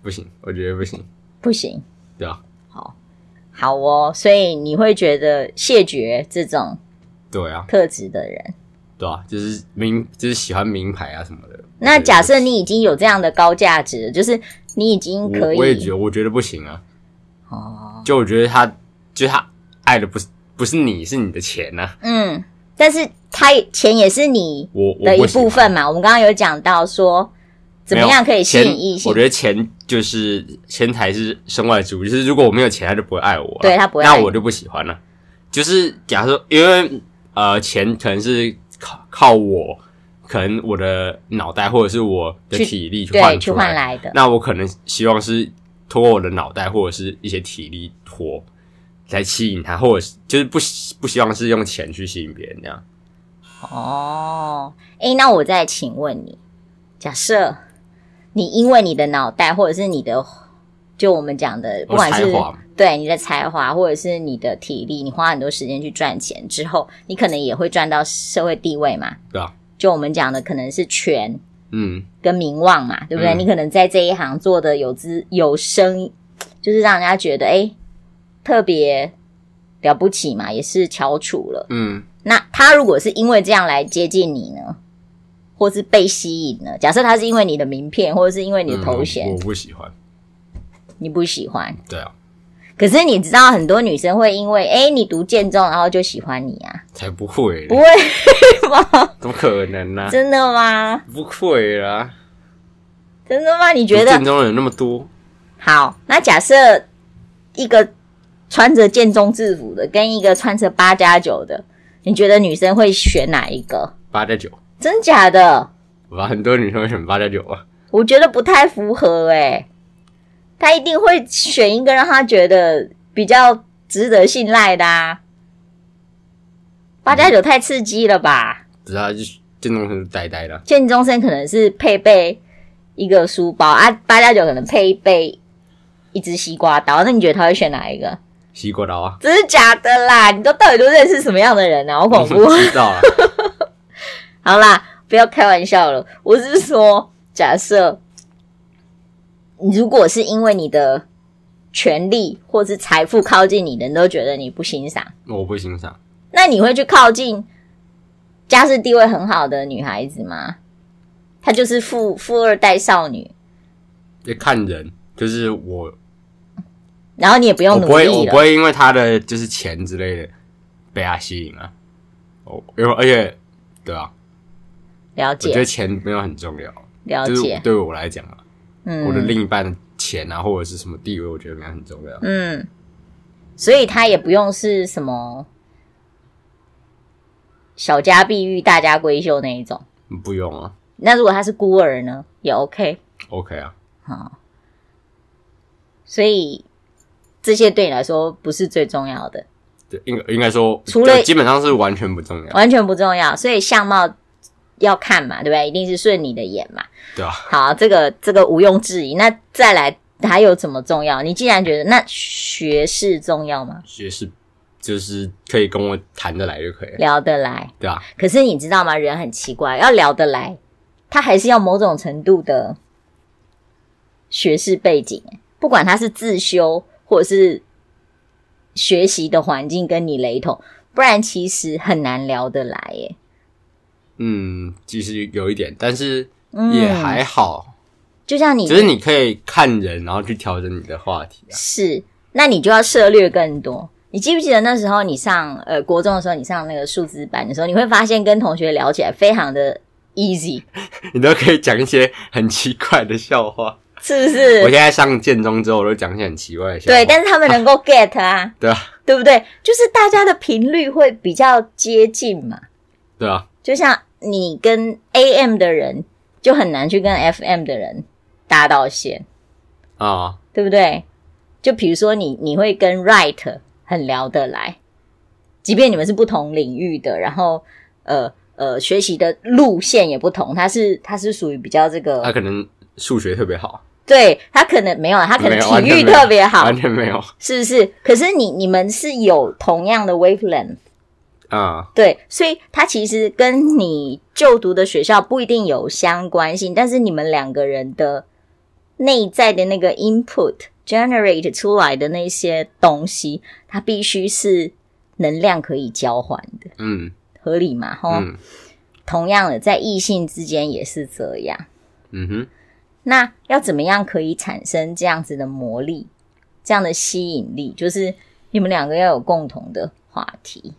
Speaker 2: 不行，我觉得不行，
Speaker 1: 不行，
Speaker 2: 对啊，
Speaker 1: 好哦，所以你会觉得谢绝这种
Speaker 2: 对啊，
Speaker 1: 特质的人。
Speaker 2: 对啊，就是名就是喜欢名牌啊什么的。
Speaker 1: 那假设
Speaker 2: 你
Speaker 1: 你已经有这样的高价值了，就是你已经可
Speaker 2: 我
Speaker 1: 以，
Speaker 2: 我也觉得，我觉得不行啊。
Speaker 1: 哦，
Speaker 2: 就我觉得他，就是他爱的不是不是你，是你的钱呐、啊。
Speaker 1: 嗯，但是他钱也是你
Speaker 2: 我我
Speaker 1: 的
Speaker 2: 不啊
Speaker 1: 一
Speaker 2: 喜欢
Speaker 1: 部分嘛。我们刚刚有讲到说，怎么样可以吸
Speaker 2: 没有
Speaker 1: 引
Speaker 2: 钱
Speaker 1: 异性
Speaker 2: 我觉？得钱就是钱才是身外之物，就是如果我没有钱，他就不会爱我了。
Speaker 1: 对他不会爱
Speaker 2: 那
Speaker 1: 你
Speaker 2: 我就不喜欢了。就是假设，因为呃，钱可能是靠靠我，可能我的脑袋或者是我的
Speaker 1: 去
Speaker 2: 体力去
Speaker 1: 对，
Speaker 2: 换
Speaker 1: 去
Speaker 2: 出
Speaker 1: 换
Speaker 2: 来。
Speaker 1: 来的。
Speaker 2: 那我可能希望是通过我的脑袋或者是一些体力活来吸引他，或者是就是不希不希望是用钱去吸引别人这样。
Speaker 1: 哦，诶，那我再请问你，假设你因为你的脑袋，或者是你的，就我们讲的，不管是
Speaker 2: 才华嘛
Speaker 1: 对你的才华，或者是你的体力，你花很多时间去赚钱之后，你可能也会赚到社会地位嘛。
Speaker 2: 对啊，
Speaker 1: 就我们讲的，可能是权
Speaker 2: 嗯，
Speaker 1: 跟名望嘛，对不对？
Speaker 2: 嗯
Speaker 1: 你可能在这一行做的有资有声，就是让人家觉得诶特别了不起嘛，也是翘楚了。
Speaker 2: 嗯，
Speaker 1: 那他如果是因为这样来接近你呢，或是被吸引呢？假设他是因为你的名片，或者是因为你的头
Speaker 2: 嗯
Speaker 1: 衔，
Speaker 2: 我我不喜欢。
Speaker 1: 你不喜欢。
Speaker 2: 对啊，
Speaker 1: 可是你知道，很多女生会因为诶你读建中，然后就喜欢你啊？
Speaker 2: 才不会
Speaker 1: 不
Speaker 2: 呢，
Speaker 1: 会吗？
Speaker 2: 怎么可能呢、
Speaker 1: 真的吗？
Speaker 2: 不会啦，
Speaker 1: 真的吗？你觉得
Speaker 2: 建中人那么多，
Speaker 1: 好？那假设一个穿着建中制服的，跟一个穿着八加九的，你觉得女生会选哪一个？
Speaker 2: 八加九，
Speaker 1: 真假的？
Speaker 2: 我吧，很多女生会选八加九啊。
Speaker 1: 我觉得不太符合诶、他一定会选一个让他觉得比较值得信赖的啊。八加九太刺激了吧？
Speaker 2: 只是他就是建中生呆呆的，
Speaker 1: 建中生可能是配备一个书包啊，八加九可能配备一只西瓜刀。那你觉得他会选哪一个？
Speaker 2: 西瓜刀啊，
Speaker 1: 这是假的啦！你都到底都认识什么样的人啊？好恐
Speaker 2: 我
Speaker 1: 怖！
Speaker 2: 知道啊，
Speaker 1: 好啦，不要开玩笑了。我是说，假设你如果是因为你的权利或是财富靠近你的，人都觉得你不欣赏，
Speaker 2: 我不欣赏， <laughs>
Speaker 1: 那你会去靠近家世地位很好的女孩子吗？她就是富富二代少女，
Speaker 2: 也看人，就是我，
Speaker 1: 然后你也不
Speaker 2: 我
Speaker 1: 用努
Speaker 2: 不会，我
Speaker 1: 力
Speaker 2: 不
Speaker 1: 了。
Speaker 2: 会因为他的就是钱之类的被他吸引啊。哦，因为而且，对啊，
Speaker 1: 了
Speaker 2: 我觉得
Speaker 1: 解，
Speaker 2: 钱没有很重要，
Speaker 1: 了
Speaker 2: 就是
Speaker 1: 解，
Speaker 2: 对我来讲啊，我的
Speaker 1: 嗯
Speaker 2: 另一半的钱啊或者是什么地位，我觉得没有很重要。
Speaker 1: 嗯，所以她也不用是什么小家碧玉、大家闺秀那一种。
Speaker 2: 不用啊
Speaker 1: 那如果他是孤儿呢，也 OK。
Speaker 2: ，OK 啊，
Speaker 1: 好，所以这些对你来说不是最重要的，
Speaker 2: 对，应该应该说，
Speaker 1: 除了
Speaker 2: 就基本上是完全不重要，
Speaker 1: 完全不重要。所以相貌要看嘛，对不对？一定是顺你的眼嘛。
Speaker 2: 对啊，
Speaker 1: 好，这个这个毋庸置疑。那再来还有怎么重要？你既然觉得那学识重要吗？
Speaker 2: 也是就是可以跟我谈得来就可以了，
Speaker 1: 聊得来，
Speaker 2: 对啊，
Speaker 1: 可是你知道吗？人很奇怪，要聊得来，他还是要某种程度的学士背景，不管他是自修或者是学习的环境跟你雷同，不然其实很难聊得来耶。
Speaker 2: 嗯，其实有一点，但是
Speaker 1: 嗯
Speaker 2: 也还好，
Speaker 1: 就像你
Speaker 2: 只是你可以看人，然后去调整你的话题啊。
Speaker 1: 是，那你就要涉略更多。你记不记得那时候你上呃国中的时候，你上那个数字班的时候，你会发现跟同学聊起来非常的 easy，
Speaker 2: 你都可以讲一些很奇怪的笑话。
Speaker 1: 是不
Speaker 2: 我
Speaker 1: 是？
Speaker 2: 现在上建中之后，我都讲一些很奇怪的笑话。
Speaker 1: 对，但是他们能够 get 啊。
Speaker 2: 对啊，
Speaker 1: 对不对？就是大家的频率会比较接近嘛。
Speaker 2: 对啊，
Speaker 1: 就像你跟 AM 的人，就很难去跟 FM 的人搭到线，
Speaker 2: 啊，
Speaker 1: 对不对？就比如说你，你会跟 Right 很聊得来，即便你们是不同领域的，然后呃呃，学习的路线也不同，他是他是属于比较这个，
Speaker 2: 他可能数学特别好，
Speaker 1: 对他可能没有，啊他可能
Speaker 2: 没有完
Speaker 1: 体
Speaker 2: 全
Speaker 1: 育
Speaker 2: 没有
Speaker 1: 特别好
Speaker 2: 完，全没有
Speaker 1: 是不是？可是你你们是有同样的 wavelength。
Speaker 2: 啊。
Speaker 1: 对，所以它其实跟你就读的学校不一定有相关性，但是你们两个人的内在的那个 input generate 出来的那些东西，它必须是能量可以交换的，
Speaker 2: 嗯
Speaker 1: 合理嘛？哈、
Speaker 2: 嗯
Speaker 1: 同样的，在异性之间也是这样。
Speaker 2: 嗯哼，
Speaker 1: 那要怎么样可以产生这样子的魔力，这样的吸引力？就是你们两个要有共同的话题。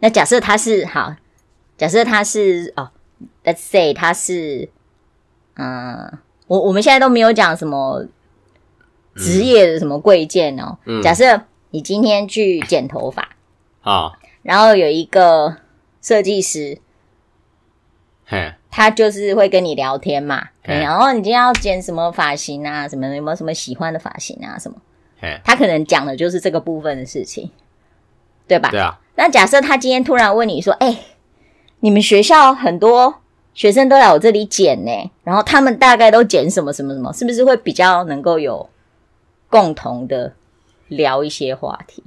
Speaker 1: 那假设他是好，假设他是哦，Let's say 他是，嗯，我我们现在都没有讲什么职业的什么贵贱哦。
Speaker 2: 嗯
Speaker 1: 假设你今天去剪头发，
Speaker 2: 啊，
Speaker 1: 然后有一个设计师，
Speaker 2: 嘿，
Speaker 1: 他就是会跟你聊天嘛，
Speaker 2: 嗯
Speaker 1: 然后你今天要剪什么发型啊，什么有没有什么喜欢的发型啊，什么，
Speaker 2: 嘿，
Speaker 1: 他可能讲的就是这个部分的事情，对吧？
Speaker 2: 对啊，
Speaker 1: 那假设他今天突然问你说：“哎、你们学校很多学生都来我这里剪呢、然后他们大概都剪什么什么什么，是不是会比较能够有共同的聊一些话题？”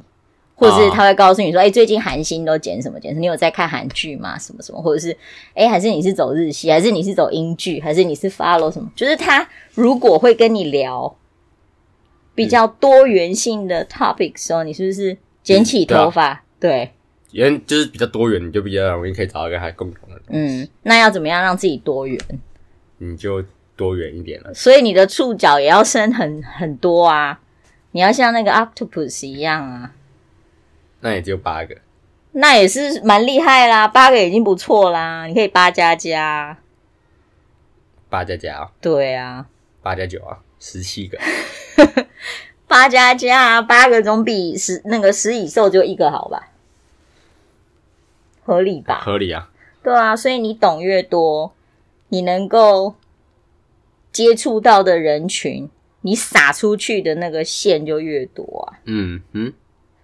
Speaker 1: 或者是他会告诉
Speaker 2: 啊
Speaker 1: 你说：“哎、最近韩星都剪什么剪什么？你有在看韩剧吗？什么什么？或者是哎、还是你是走日系，还是你是走英剧，还是你是 follow 什么？就是他如果会跟你聊比较多元性的 topic 的时候，你是不是
Speaker 2: 嗯
Speaker 1: 剪起
Speaker 2: 对啊
Speaker 1: 头发？对，
Speaker 2: 因为就是比较多元，你就比较容易可以找到跟他共同的，
Speaker 1: 嗯，那要怎么样让自己多元？
Speaker 2: 你就多元一点了。
Speaker 1: 所以你的触角也要伸很很多啊，你要像那个 octopus 一样啊，
Speaker 2: 那也只有八个，
Speaker 1: 那也是蛮厉害啦，八个已经不错啦，你可以八加加，
Speaker 2: 八加加啊，
Speaker 1: 对啊，
Speaker 2: 八加九啊，十七个。
Speaker 1: 八加加啊，八个总比十那个十以兽只有一个好吧？合理吧？
Speaker 2: 合理啊，
Speaker 1: 对啊，所以你懂越多，你能够接触到的人群，你撒出去的那个线就越多啊。
Speaker 2: 嗯嗯，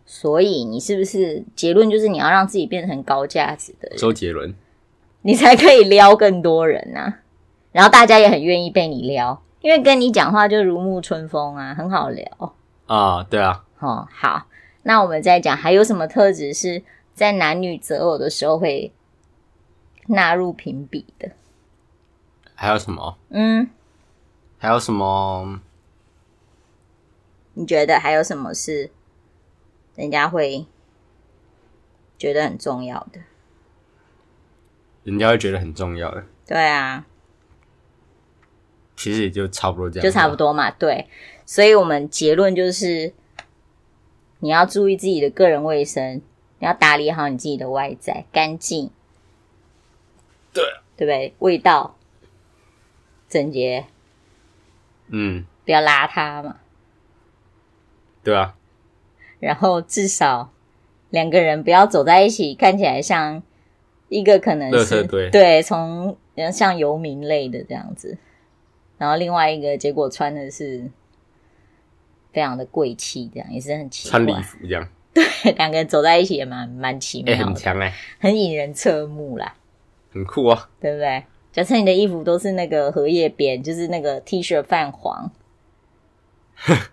Speaker 1: 所以你是不是结论就是你要让自己变成高价值的人，
Speaker 2: 周杰伦，
Speaker 1: 你才可以撩更多人啊？然后大家也很愿意被你撩，因为跟你讲话就如沐春风啊，很好聊。
Speaker 2: 啊，对啊，
Speaker 1: 哦，好，那我们再讲还有什么特质是在男女择偶的时候会纳入评比的？
Speaker 2: 还有什么？
Speaker 1: 嗯，
Speaker 2: 还有什么？
Speaker 1: 你觉得还有什么是人家会觉得很重要的？
Speaker 2: 人家会觉得很重要的，
Speaker 1: 对啊，
Speaker 2: 其实也就差不多这样，
Speaker 1: 就差不。多嘛，对。所以我们结论就是，你要注意自己的个人卫生，你要打理好你自己的外在，干净，
Speaker 2: 对，
Speaker 1: 对啊不对？味道整洁，
Speaker 2: 嗯，
Speaker 1: 不要邋遢嘛。
Speaker 2: 对啊，
Speaker 1: 然后至少两个人不要走在一起，看起来像一个可能是
Speaker 2: 垃圾堆
Speaker 1: 对，从呃像游民类的这样子，然后另外一个结果穿的是非常的贵气，这样也是很奇怪。
Speaker 2: 穿礼服这样，
Speaker 1: <laughs> 两个人走在一起也蛮蛮奇
Speaker 2: 哎、
Speaker 1: 妙
Speaker 2: 很
Speaker 1: 的，
Speaker 2: 强哎、
Speaker 1: 很引人侧目啦，
Speaker 2: 很酷啊，
Speaker 1: 对不对？假设你的衣服都是那个荷叶边，就是那个 T 恤泛黄， <laughs>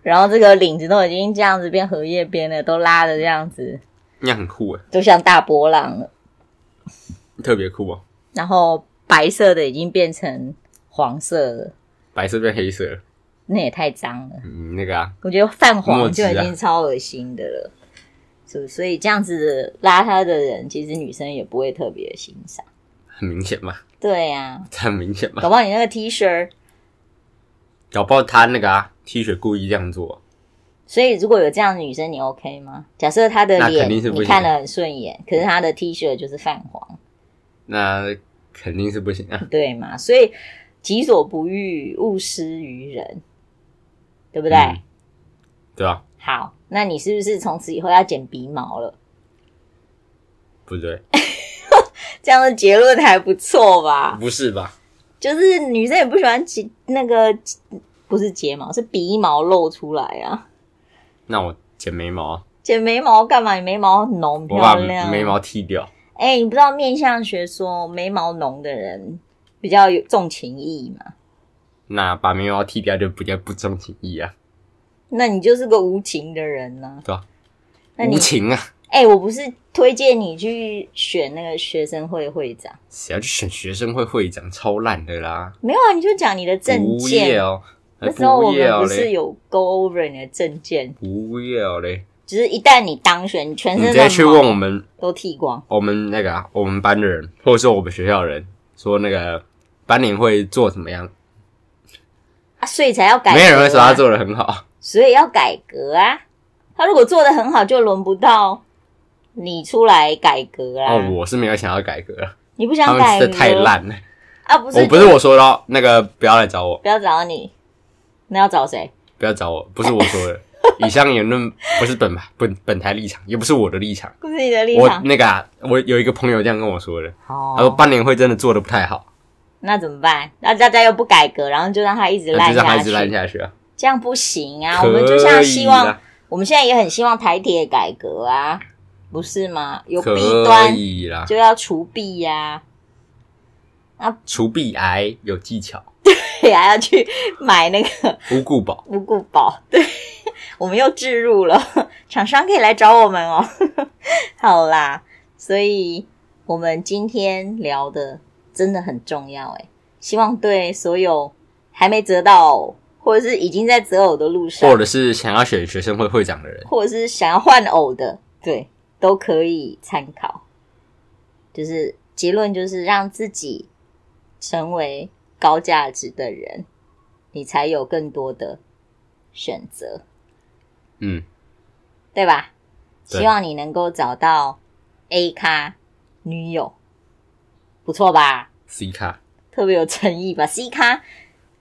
Speaker 1: 然后这个领子都已经这样子变荷叶边了，都拉的这样子，
Speaker 2: 那样很酷哎、
Speaker 1: 都像大波浪了。
Speaker 2: 特别酷哦、
Speaker 1: 然后白色的已经变成黄色了，
Speaker 2: 白色变黑色了，
Speaker 1: 那也太脏了。
Speaker 2: 嗯，那个啊，
Speaker 1: 我觉得泛
Speaker 2: 墨
Speaker 1: 黄
Speaker 2: 汁
Speaker 1: 就
Speaker 2: 啊
Speaker 1: 已经超恶心的了，是不是？所以这样子的邋遢的人，其实女生也不会特别欣赏。
Speaker 2: 很明显嘛， <laughs>
Speaker 1: 对啊呀、
Speaker 2: 很明显嘛，
Speaker 1: 搞不好你那个 T 恤
Speaker 2: 搞不好他那个啊 T 恤故意这样做，
Speaker 1: 所以如果有这样的女生，你 OK 吗？假设她的
Speaker 2: 那肯
Speaker 1: 脸
Speaker 2: 定是不行
Speaker 1: 你看得很顺眼，可是她的 T 恤就是泛黄，
Speaker 2: 那肯定是不行啊，
Speaker 1: 对吗？所以己所不欲，勿施于人，对不对？
Speaker 2: 嗯对啊，
Speaker 1: 好，那你是不是从此以后要剪鼻毛了？
Speaker 2: 不对，
Speaker 1: 这样的结论还不错吧？
Speaker 2: 不是吧？
Speaker 1: 就是女生也不喜欢剪那个，不是睫毛，是鼻毛露出来啊。
Speaker 2: 那我剪眉毛啊，
Speaker 1: 剪眉毛干嘛？你眉毛很浓
Speaker 2: 我把
Speaker 1: 漂亮，啊
Speaker 2: 眉毛剃掉，
Speaker 1: 哎、你不知道面相学说眉毛浓的人比较有重情义嘛？
Speaker 2: 那把眉毛剃掉就比较不重情义啊，
Speaker 1: 那你就是个无情的人呢、
Speaker 2: 对吧、
Speaker 1: 那你
Speaker 2: 无情啊，
Speaker 1: 哎、我不是推荐你去选那个学生会会长，
Speaker 2: 谁要去选学生会会长，超烂的啦，
Speaker 1: 没有啊？你就讲你的证
Speaker 2: 不业
Speaker 1: 件。
Speaker 2: 哦，
Speaker 1: 那时候我
Speaker 2: 不业
Speaker 1: 们
Speaker 2: 哦
Speaker 1: 不是
Speaker 2: 嘞，
Speaker 1: 有 go over 你的证件，
Speaker 2: 不要嘞，
Speaker 1: 就是一旦你当选，你全
Speaker 2: 你
Speaker 1: 身
Speaker 2: 直
Speaker 1: 的
Speaker 2: 接去问
Speaker 1: 毛
Speaker 2: 我们
Speaker 1: 都剃光。
Speaker 2: 我们那个、啊、我们班的人，或者说我们学校的人，说那个班联会做怎么样？
Speaker 1: 所以才要改革、啊。
Speaker 2: 没有人会说他做的很好。
Speaker 1: 所以要改革啊！他如果做的很好，就轮不到你出来改革啦。
Speaker 2: 哦，我是没有想要改革，
Speaker 1: 你不
Speaker 2: 他
Speaker 1: 想
Speaker 2: 们
Speaker 1: 啊改
Speaker 2: 吃
Speaker 1: 革
Speaker 2: 的太烂了。
Speaker 1: 啊？不是，
Speaker 2: 我不是我说的哦，那个不要来找我，
Speaker 1: 不要找你，那要找谁？
Speaker 2: 不要找我，不是我说
Speaker 1: <laughs>
Speaker 2: 的。以上言论不是本本本台立场，也不是我的立场。
Speaker 1: 不是你的立
Speaker 2: 我
Speaker 1: 场。
Speaker 2: 那个、啊，我有一个朋友这样跟我说的，他说
Speaker 1: 哦，
Speaker 2: 半年会真的做的不太好，
Speaker 1: 那怎么办？那大家又不改革，然后就让他一直
Speaker 2: 那
Speaker 1: 烂
Speaker 2: 就让他
Speaker 1: 下
Speaker 2: 一直烂
Speaker 1: 去，
Speaker 2: 下去啊。
Speaker 1: 这样不行啊！
Speaker 2: 可
Speaker 1: 我
Speaker 2: 以
Speaker 1: 们就像希
Speaker 2: 啦
Speaker 1: 望，我们现在也很希望台铁改革啊，不是吗？有弊
Speaker 2: 可
Speaker 1: 端
Speaker 2: 以啦，
Speaker 1: 就要除弊呀、 <laughs>
Speaker 2: 除弊癌有技巧，
Speaker 1: 对啊，还要去买那个
Speaker 2: 乌固宝
Speaker 1: 五谷宝，对，我们又置入了， <laughs> 厂商可以来找我们哦。 <laughs> 好啦，所以我们今天聊的真的很重要诶，希望对所有还没择到偶或者是已经在择偶的路上，
Speaker 2: 或者是想要选学生会会长的人，
Speaker 1: 或者是想要换偶的，对，都可以参考。就是结论就是让自己成为高价值的人，你才有更多的选择，
Speaker 2: 嗯，
Speaker 1: 对吧？
Speaker 2: 对
Speaker 1: 希望你能够找到 A 咖女友，不错吧？
Speaker 2: C 卡、
Speaker 1: 特别有诚意吧？C 咖，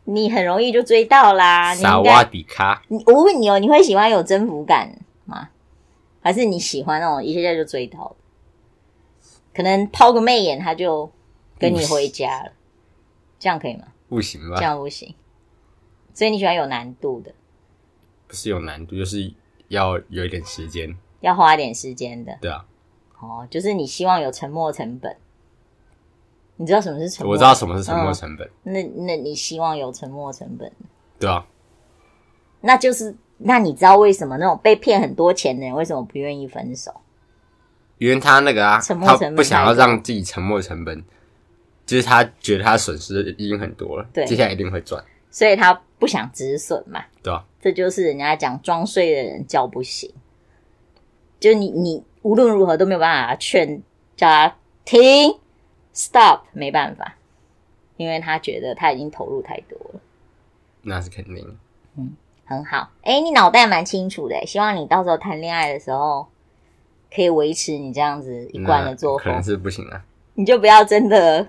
Speaker 1: 你很容易就追到啊啦。你
Speaker 2: 萨
Speaker 1: 应该
Speaker 2: 瓦迪卡，
Speaker 1: 你我问你哦，你会喜欢有征服感吗？还是你喜欢那种一下下就追到的？可能抛个媚眼他就跟你回家
Speaker 2: <laughs>
Speaker 1: 了，这样可以吗？
Speaker 2: 不行吧
Speaker 1: 这？样不行。所以你喜欢有难度的，
Speaker 2: 不是有难度，就是要有一点时间，
Speaker 1: 要花一点时间的
Speaker 2: 对啊。
Speaker 1: 哦。就是你希望有沉没成本。你知道什么是沉没？
Speaker 2: 我知道。什么是沉没
Speaker 1: 嗯
Speaker 2: 成本，
Speaker 1: 那那你希望有沉没成本，
Speaker 2: 对啊，
Speaker 1: 那就是那你知道为什么那种被骗很多钱的人为什么不愿意分手？
Speaker 2: 因为他那个啊，
Speaker 1: 沉没
Speaker 2: 他
Speaker 1: 成本
Speaker 2: 不想要
Speaker 1: 太高
Speaker 2: 让自己沉没成本，就是他觉得他损失已经很多了，
Speaker 1: 对
Speaker 2: 接下来一定会赚，
Speaker 1: 所以他不想止损嘛。
Speaker 2: 对啊，
Speaker 1: 这就是人家讲装睡的人叫不醒，就是你你无论如何都没有办法劝叫他停 stop，没办法，因为他觉得他已经投入太多了。
Speaker 2: 那是肯定的。
Speaker 1: 很好，哎，你脑袋蛮清楚的，希望你到时候谈恋爱的时候可以维持你这样子一贯的作
Speaker 2: 嗯那可
Speaker 1: 风
Speaker 2: 能，是不行啊，
Speaker 1: 你就不要真的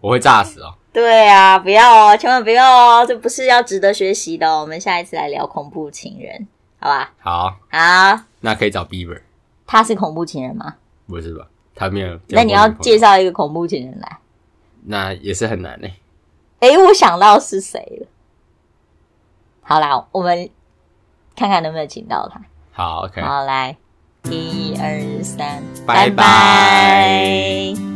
Speaker 2: 我会炸死哦。
Speaker 1: 对啊，不要哦，千万不要哦，这不是要值得学习的哦。我们下一次来聊恐怖情人，好吧？
Speaker 2: 好，
Speaker 1: 好，
Speaker 2: 那可以找 Bieber，
Speaker 1: 他是恐怖情人吗？
Speaker 2: 不是吧？他没有。
Speaker 1: 那你要介，绍一个恐怖情人来。
Speaker 2: 那也是很难呢、
Speaker 1: 诶，我想到是谁了。好啦，我们看看能不能请到他。
Speaker 2: 哎好，OK，
Speaker 1: 好，来，一二三，
Speaker 2: 拜拜
Speaker 1: 拜